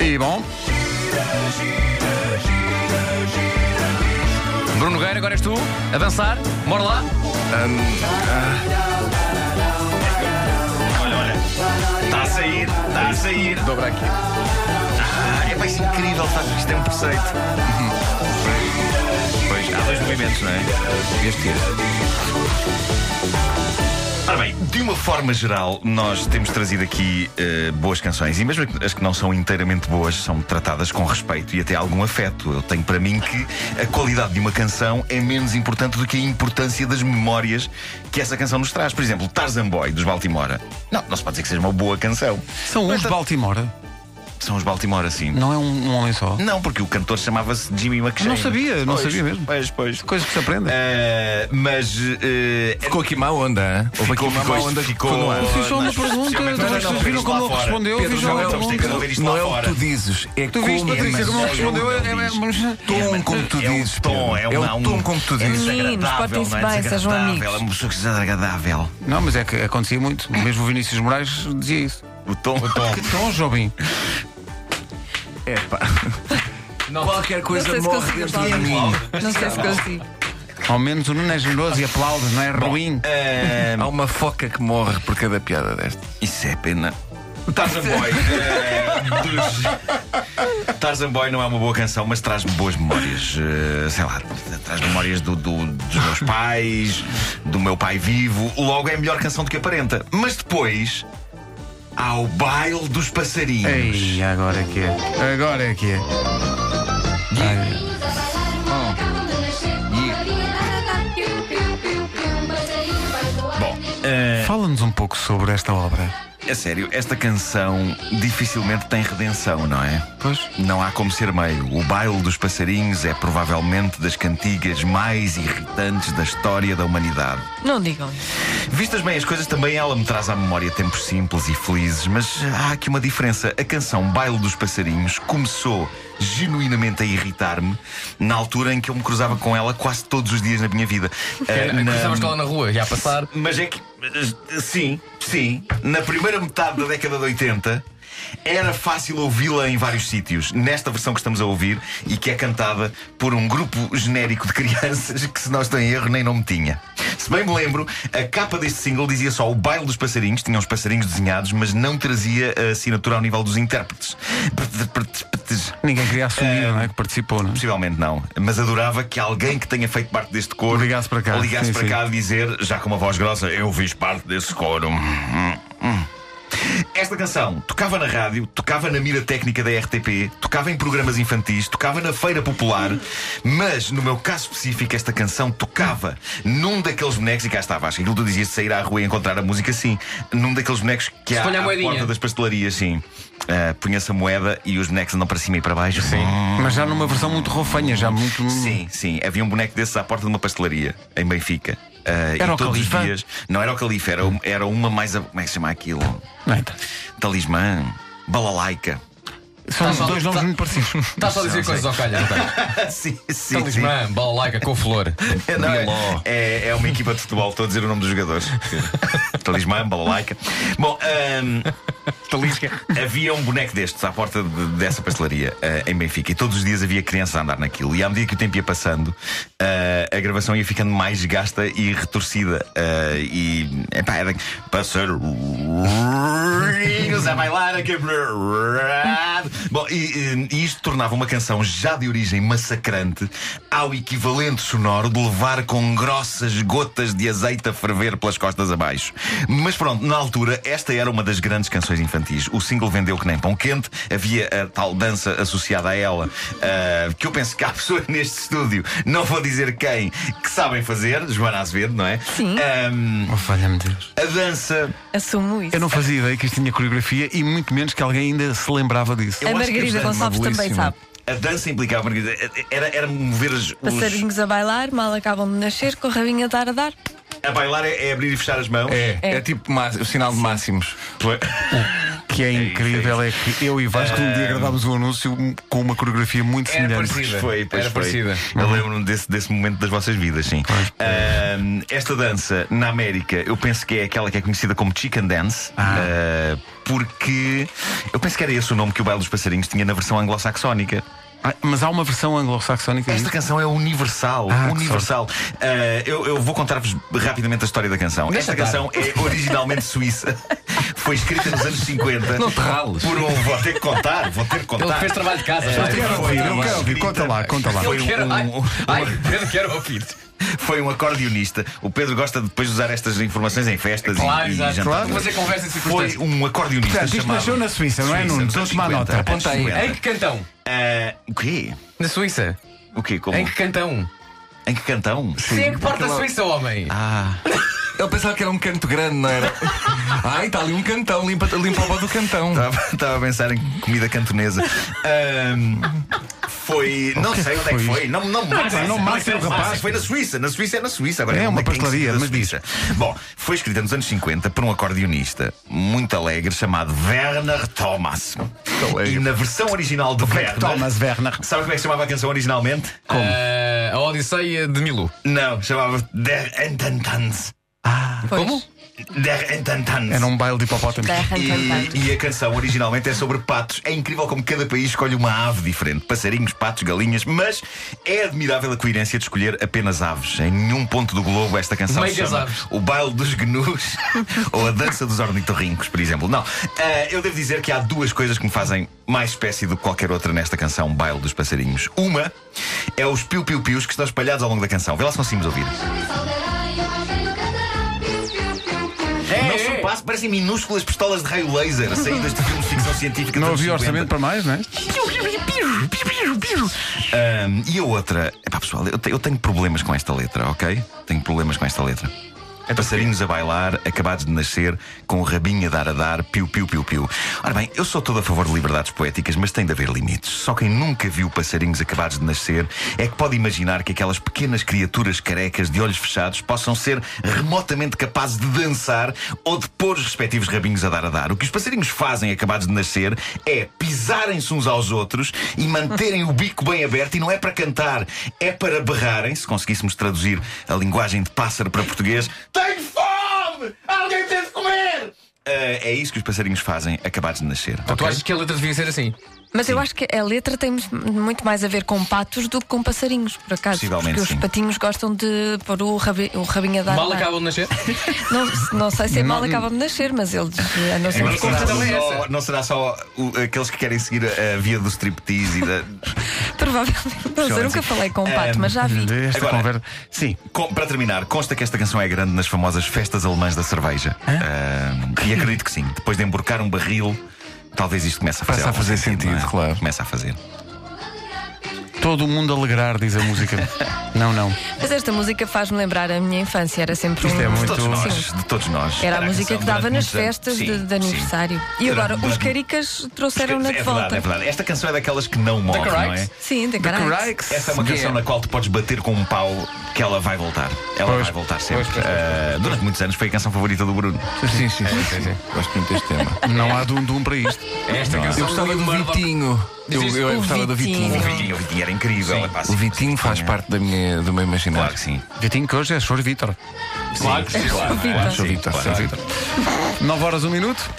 e bom. Bruno Nogueira, agora és tu. Avançar. Mora lá. Olha, olha. Está Tá a sair, está a sair. Dobra aqui. Ah, é mais incrível, faz isto é um preceito. Pois, há dois movimentos, não é? Este Ora bem, de uma forma geral, nós temos trazido aqui eh, boas canções e mesmo as que não são inteiramente boas, são tratadas com respeito e até algum afeto. Eu tenho para mim que a qualidade de uma canção é menos importante do que a importância das memórias que essa canção nos traz. Por exemplo, Tarzan Boy, dos Baltimora. Não, não se pode dizer que seja uma boa canção. São uns de Baltimora, São os Baltimora, sim. não é um, um homem só. Não, porque o cantor chamava-se Jimmy McShane. Não sabia, não Pois, sabia mesmo. Pois, pois. Coisas que se aprendem. Eh, mas eh, Ficou aqui má onda, hein? Houve aqui Ficou, uma má ficou, onda que ficou. ficou no ar. Fiz é só uma pergunta, então, vocês especialmente nós viram não vimos lá como ele fora. respondeu? Pedro, Fiz não, uma não, vamos ter que pergunta. ouvir isto Não lá é o que fora. tu dizes, é Tu viste, como Patrícia, como ele mas- respondeu? é, É, tom é, como tu é um dizes. tom, é, Pedro. uma, é o tom como tu é dizes. Meninos, desagradável, portem-se não é? bem, sejam Desagradável, amigos. É uma pessoa que é desagradável. não, mas é que acontecia muito. Mesmo o Vinícius Moraes dizia isso. O tom. Que tom, Jobim. É pá. Qualquer Não coisa sei se morre consigo dentro de falar. mim. Não sei se consigo. Ao menos o Nuno é generoso e aplaude, não é ruim. Eh, Há uma foca que morre por cada piada desta. isso é pena. Tarzan Boy. eh, dos- Tarzan Boy não é uma boa canção, mas traz-me boas memórias. eh, sei lá, traz memórias do- do- dos meus pais, do meu pai vivo. Logo é a melhor canção do que aparenta. Mas depois. Há o baile dos passarinhos. Ei, agora é que é. Agora é que é. Bom, Fala-nos um pouco sobre esta obra. É sério, esta canção dificilmente tem redenção, não é? Pois. Não há como ser meio. O baile dos passarinhos é provavelmente das cantigas mais irritantes da história da humanidade. Não digam isso. Vistas bem as coisas, também ela me traz à memória tempos simples e felizes, mas há aqui uma diferença. A canção Baile dos Passarinhos começou genuinamente a irritar-me na altura em que eu me cruzava com ela quase todos os dias na minha vida. Ah, na- Cruzavas lá na rua, já a passar. mas é que. Sim, sim. Na primeira metade da década de 80 era fácil ouvi-la em vários sítios. Nesta versão que estamos a ouvir e que é cantada por um grupo genérico de crianças que, se não estou em erro, nem nome tinha. Se bem me lembro, a capa deste single dizia só o baile dos passarinhos, tinha os passarinhos desenhados, mas não trazia a assinatura ao nível dos intérpretes. Ninguém queria assumir, não é? Que participou, não é? Possivelmente não, mas adorava que alguém que tenha feito parte deste coro Ligasse para cá. ligasse Sim, para sim. cá a dizer, já com uma voz grossa, eu fiz parte desse coro. Hum, hum. Esta canção tocava na rádio, tocava na mira técnica da RTP, tocava em programas infantis, tocava na feira popular, mas no meu caso específico, esta canção tocava num daqueles bonecos, e cá estava, acho que aquilo tu dizias de sair à rua e encontrar a música, sim, num daqueles bonecos que há põe a à moedinha. porta das pastelarias, sim. Ah, Punha-se a moeda e os bonecos andam para cima e para baixo. Sim. Mas já numa versão muito rofanha, já muito. Sim, sim. Havia um boneco desses à porta de uma pastelaria em Benfica. Ah, Era e o todos Califa? os dias. Não era o Califa, era, um- era uma mais. A, como é que se chama aquilo? Não, então. Talismã? Balalaica. São Tá só- dois nomes tá- muito parecidos. Estás só a dizer coisas ao calhar. tá? sim, sim. Talismã, balalaika, com flor. É, não, é, Biló. é, é uma equipa de futebol, estou a dizer o nome dos jogadores. Talismã, balalaica. Bom, ahm, havia um boneco destes à porta de- dessa pastelaria ah, em Benfica e todos os dias havia criança a andar naquilo. E à medida que o tempo ia passando, ah, a gravação ia ficando mais gasta e retorcida. Ah, e epá, era passarinhos a bailar a quebrar. Bom, e, e isto tornava uma canção já de origem massacrante ao equivalente sonoro de levar com grossas gotas de azeite a ferver pelas costas abaixo. Mas pronto, na altura, esta era uma das grandes canções infantis. O single vendeu que nem pão quente, havia a tal dança associada a ela, ah, que eu penso que há pessoas neste estúdio, não vou dizer quem, que sabem fazer, Joana Azevedo, não é? Sim. Ah, Oh, valha-me Deus. a dança. Assumo isso. Eu não fazia ideia que isto tinha coreografia e muito menos que alguém ainda se lembrava disso. eu A acho que Margarida esta é uma Gonçalves também belíssima. sabe. A dança implicava era, era mover os, os- Passarinhos a bailar, mal acabam de nascer, com a rabinha a dar a dar. A bailar é, é abrir e fechar as mãos É, é tipo má- o sinal de máximos. Pla- que é, isso, incrível é é, que eu e Vasco um dia gravámos um anúncio com uma coreografia muito Era semelhante. parecida. Foi, pois Era foi. parecida. Eu lembro-me desse, desse momento das vossas vidas, sim. Ahm, esta dança na América, eu penso que é aquela que é conhecida como Chicken Dance, ah, porque eu penso que era esse o nome que o Baile dos Passarinhos tinha na versão anglo-saxónica. Ah, mas há uma versão anglo-saxónica Esta disso? canção é universal. Ah, que universal. Ah, eu, eu vou contar-vos rapidamente a história da canção. Esta Deixa estar. canção é originalmente suíça. Foi escrita nos anos 50. Não te rales. Por um. Vou ter que contar, vou ter que contar. Tá. Ele fez trabalho de É. casa. Eu quero ouvir, eu quero ouvir. Conta lá, conta lá. Foi Eu quero- um- ai, um- ai, Pedro, quero ouvir-te. Foi um acordeonista. O Pedro gosta de depois usar estas informações em festas e- Claro, e, exato. jantares. Claro. Fazer conversa em Foi circunstâncias. um acordeonista Portanto, isto chamado... nasceu na Suíça, não é, Suíça, Nuno? nos anos Então toma 50, nota. anos Aponta um- aí. 50. Em que cantão? Ah, o quê? Na Suíça. O quê? Como? Em que cantão? Em que cantão? Sim, em que parte da Suíça, homem? Ah, Ele pensava que era um canto grande, não era? Ai, está ali um cantão, limpa, limpa o pó do cantão. estava, estava a pensar em comida cantonesa. Ahm, foi. Não sei onde é que foi. Não, não, pá, Ah, não mate o rapaz. Foi na Suíça. Na Suíça é na Suíça. Agora É onde uma que tem que ser pastelaria, da mas diz. Suíça? Bom, foi escrita nos anos 50 por um acordeonista muito alegre chamado Werner Thomas. E na versão original de Werner. Thomas Werner. Sabe como é que chamava a canção originalmente? Eh, a Odisseia de Milu. Não, chamava Der Ententanz. Como? Der Ententanz. Era um baile de hipopótamo. Terra cantante. E, e a canção originalmente é sobre patos. É incrível como cada país escolhe uma ave diferente: passarinhos, patos, galinhas. Mas é admirável a coerência de escolher apenas aves. Em nenhum ponto do globo esta canção se Meigas chama aves. O Baile dos Gnus ou A Dança dos Ornitorrincos, por exemplo. Não. Ah, eu devo dizer que há duas coisas que me fazem mais espécie do que qualquer outra nesta canção Baile dos Passarinhos. Uma é os piu-piu-pius que estão espalhados ao longo da canção. Vê lá se conseguimos ouvir. É, É, Não se passe, parecem minúsculas pistolas de raio laser saídas de filmes de ficção científica. Não dos havia anos 50. orçamento para mais, não é? Ahm, e a outra, epá pessoal, eu, te- eu tenho problemas com esta letra, ok? Tenho problemas com esta letra. Passarinhos a bailar, acabados de nascer, com o rabinho a dar a dar, piu, piu, piu, piu. Ora bem, eu sou todo a favor de liberdades poéticas, mas tem de haver limites. Só quem nunca viu passarinhos acabados de nascer é que pode imaginar que aquelas pequenas criaturas carecas de olhos fechados possam ser remotamente capazes de dançar ou de pôr os respectivos rabinhos a dar a dar. O que os passarinhos fazem acabados de nascer é pisarem-se uns aos outros e manterem o bico bem aberto. E não é para cantar, é para berrarem. Se conseguíssemos traduzir a linguagem de pássaro para português, tenho fome! Alguém tem de comer! Ah, é isso que os passarinhos fazem acabados de nascer. Tu ok? achas que a letra devia ser assim? Mas eu acho que a letra tem muito mais a ver com patos do que com passarinhos, por acaso. Possivelmente, porque sim. os patinhos gostam de pôr o, rabi, o rabinho a dar. Mal lá. acabam de nascer? Não, não sei se é mal acabam de nascer, mas eles andam Não sempre com será, confusão é só, essa? não será só o- aqueles que querem seguir a, a via do striptease e da. Provavelmente. Não sei, eu nunca falei com um pato, mas já vi. Esta Agora- conversa. Sim. Com- para terminar, consta que esta canção é grande nas famosas festas alemãs da cerveja. Ah, e acredito que sim. Depois de emborcar um barril, talvez isto comece a fazer, Passa a algum fazer não é? sentido, claro. Começa a fazer. Todo mundo alegrar, diz a música. não, não. Mas esta música faz-me lembrar a minha infância. Era sempre Isto um. é De muito- todos nós. Sim. um De todos nós. Era a Era música canção que dava durante nas muitos anos. festas Sim, de, de sim. aniversário. E Durante- agora, os durante- caricas trouxeram-na de é volta. verdade, é verdade. Esta canção é daquelas que não morre, não é? Carikes? Sim, de caralho. Essa é uma canção na qual tu podes bater com um pau que ela vai voltar. Ela Pois, vai voltar sempre. pois, pois, Ah, durante muitos anos foi a canção favorita do Bruno. Sim, sim, sim. sim, sim. Gosto muito deste tema. Não há dum-dum para isto. Esta Eu canção é gostava Lin do Murdoch. Vitinho. Eu, eu O gostava do Vitinho. O Vitinho, o Vitinho era incrível. epá, O sim, Vitinho faz parte da minha, do meu imaginário. Claro que sim. Vitinho que hoje é Sr. Vítor. Claro que sim. Vitor. Tá Claro, Sr. sim, Vítor, claro. Sr. Vítor. 9 horas, 1 minuto.